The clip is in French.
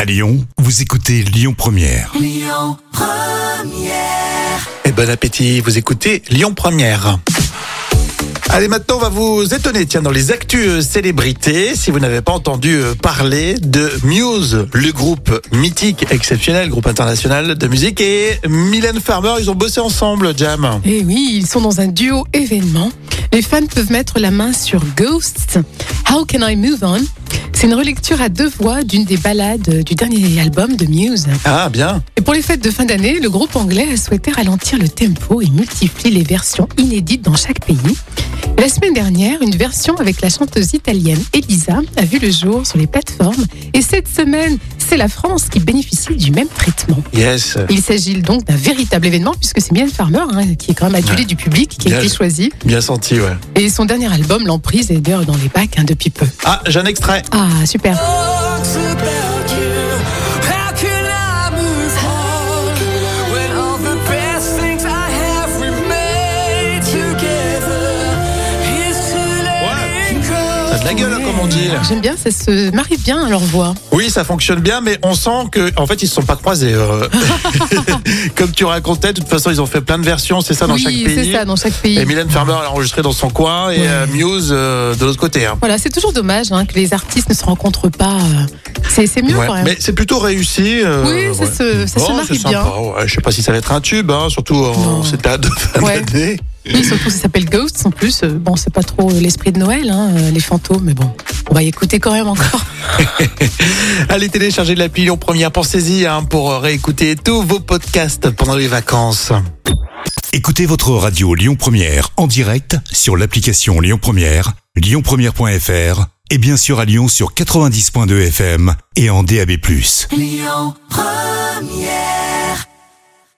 À Lyon, vous écoutez Lyon Première. Et bon appétit, Eh ben, vous écoutez Lyon Première. Allez, maintenant, on va vous étonner. Tiens, dans les actus euh, célébrités, si vous n'avez pas entendu euh, parler de Muse, le groupe mythique exceptionnel, groupe international de musique, et Mylène Farmer, ils ont bossé ensemble, Jam. Et Eh oui, ils sont dans un duo événement. Les fans peuvent mettre la main sur Ghosts, How Can I Move On C'est une relecture à deux voix d'une des ballades du dernier album de Muse. Ah, bien. Et pour les fêtes de fin d'année, le groupe anglais a souhaité ralentir le tempo et multiplier les versions inédites dans chaque pays. La semaine dernière, une version avec la chanteuse italienne Elisa a vu le jour sur les plateformes. Et cette semaine, c'est la France qui bénéficie du même traitement. Yes. Il s'agit donc d'un véritable événement puisque c'est Mylène Farmer hein, qui est quand même adulée du public, qui Bien a été joué. choisie. Bien senti, ouais. Et son dernier album, L'Emprise, est d'ailleurs dans les bacs hein, depuis peu. Ah, j'ai un extrait. Ah, super. talks about you. How can I move on when all the best things I have we made together is to letting go? Ça a de la gueule, hein, comme on dit. J'aime bien, ça se marie bien à leur voix. Oui, ça fonctionne bien, mais on sent que, en fait, ils se sont pas croisés. euh. Comme tu racontais, de toute façon, ils ont fait plein de versions, c'est ça, dans chaque oui, pays. c'est ça, dans chaque pays. Et Mylène Farmer l'a enregistré dans son coin et Ouais. euh, Muse euh, de l'autre côté. hein. Voilà, c'est toujours dommage hein, que les artistes ne se rencontrent pas. euh, C'est c'est mieux Ouais, quand même. Mais c'est plutôt réussi. euh, Oui, ça se- ça se Bon, marie c'est sympa. bien. Ouais, je sais pas si ça va être un tube, hein, surtout en Non. cette date de fin Ouais. d'année. Et surtout, ça s'appelle Ghosts en plus. euh, Bon, c'est pas trop euh, l'esprit de Noël, hein, euh, les fantômes, mais bon, on va y écouter quand même encore. Allez télécharger l'appli Lyon Première, pensez-y hein, pour réécouter tous vos podcasts pendant les vacances. Écoutez votre radio Lyon Première en direct sur l'application Lyon Première, lyonpremière.fr et bien sûr à Lyon sur 90.2 FM et en DAB+. Lyon Première.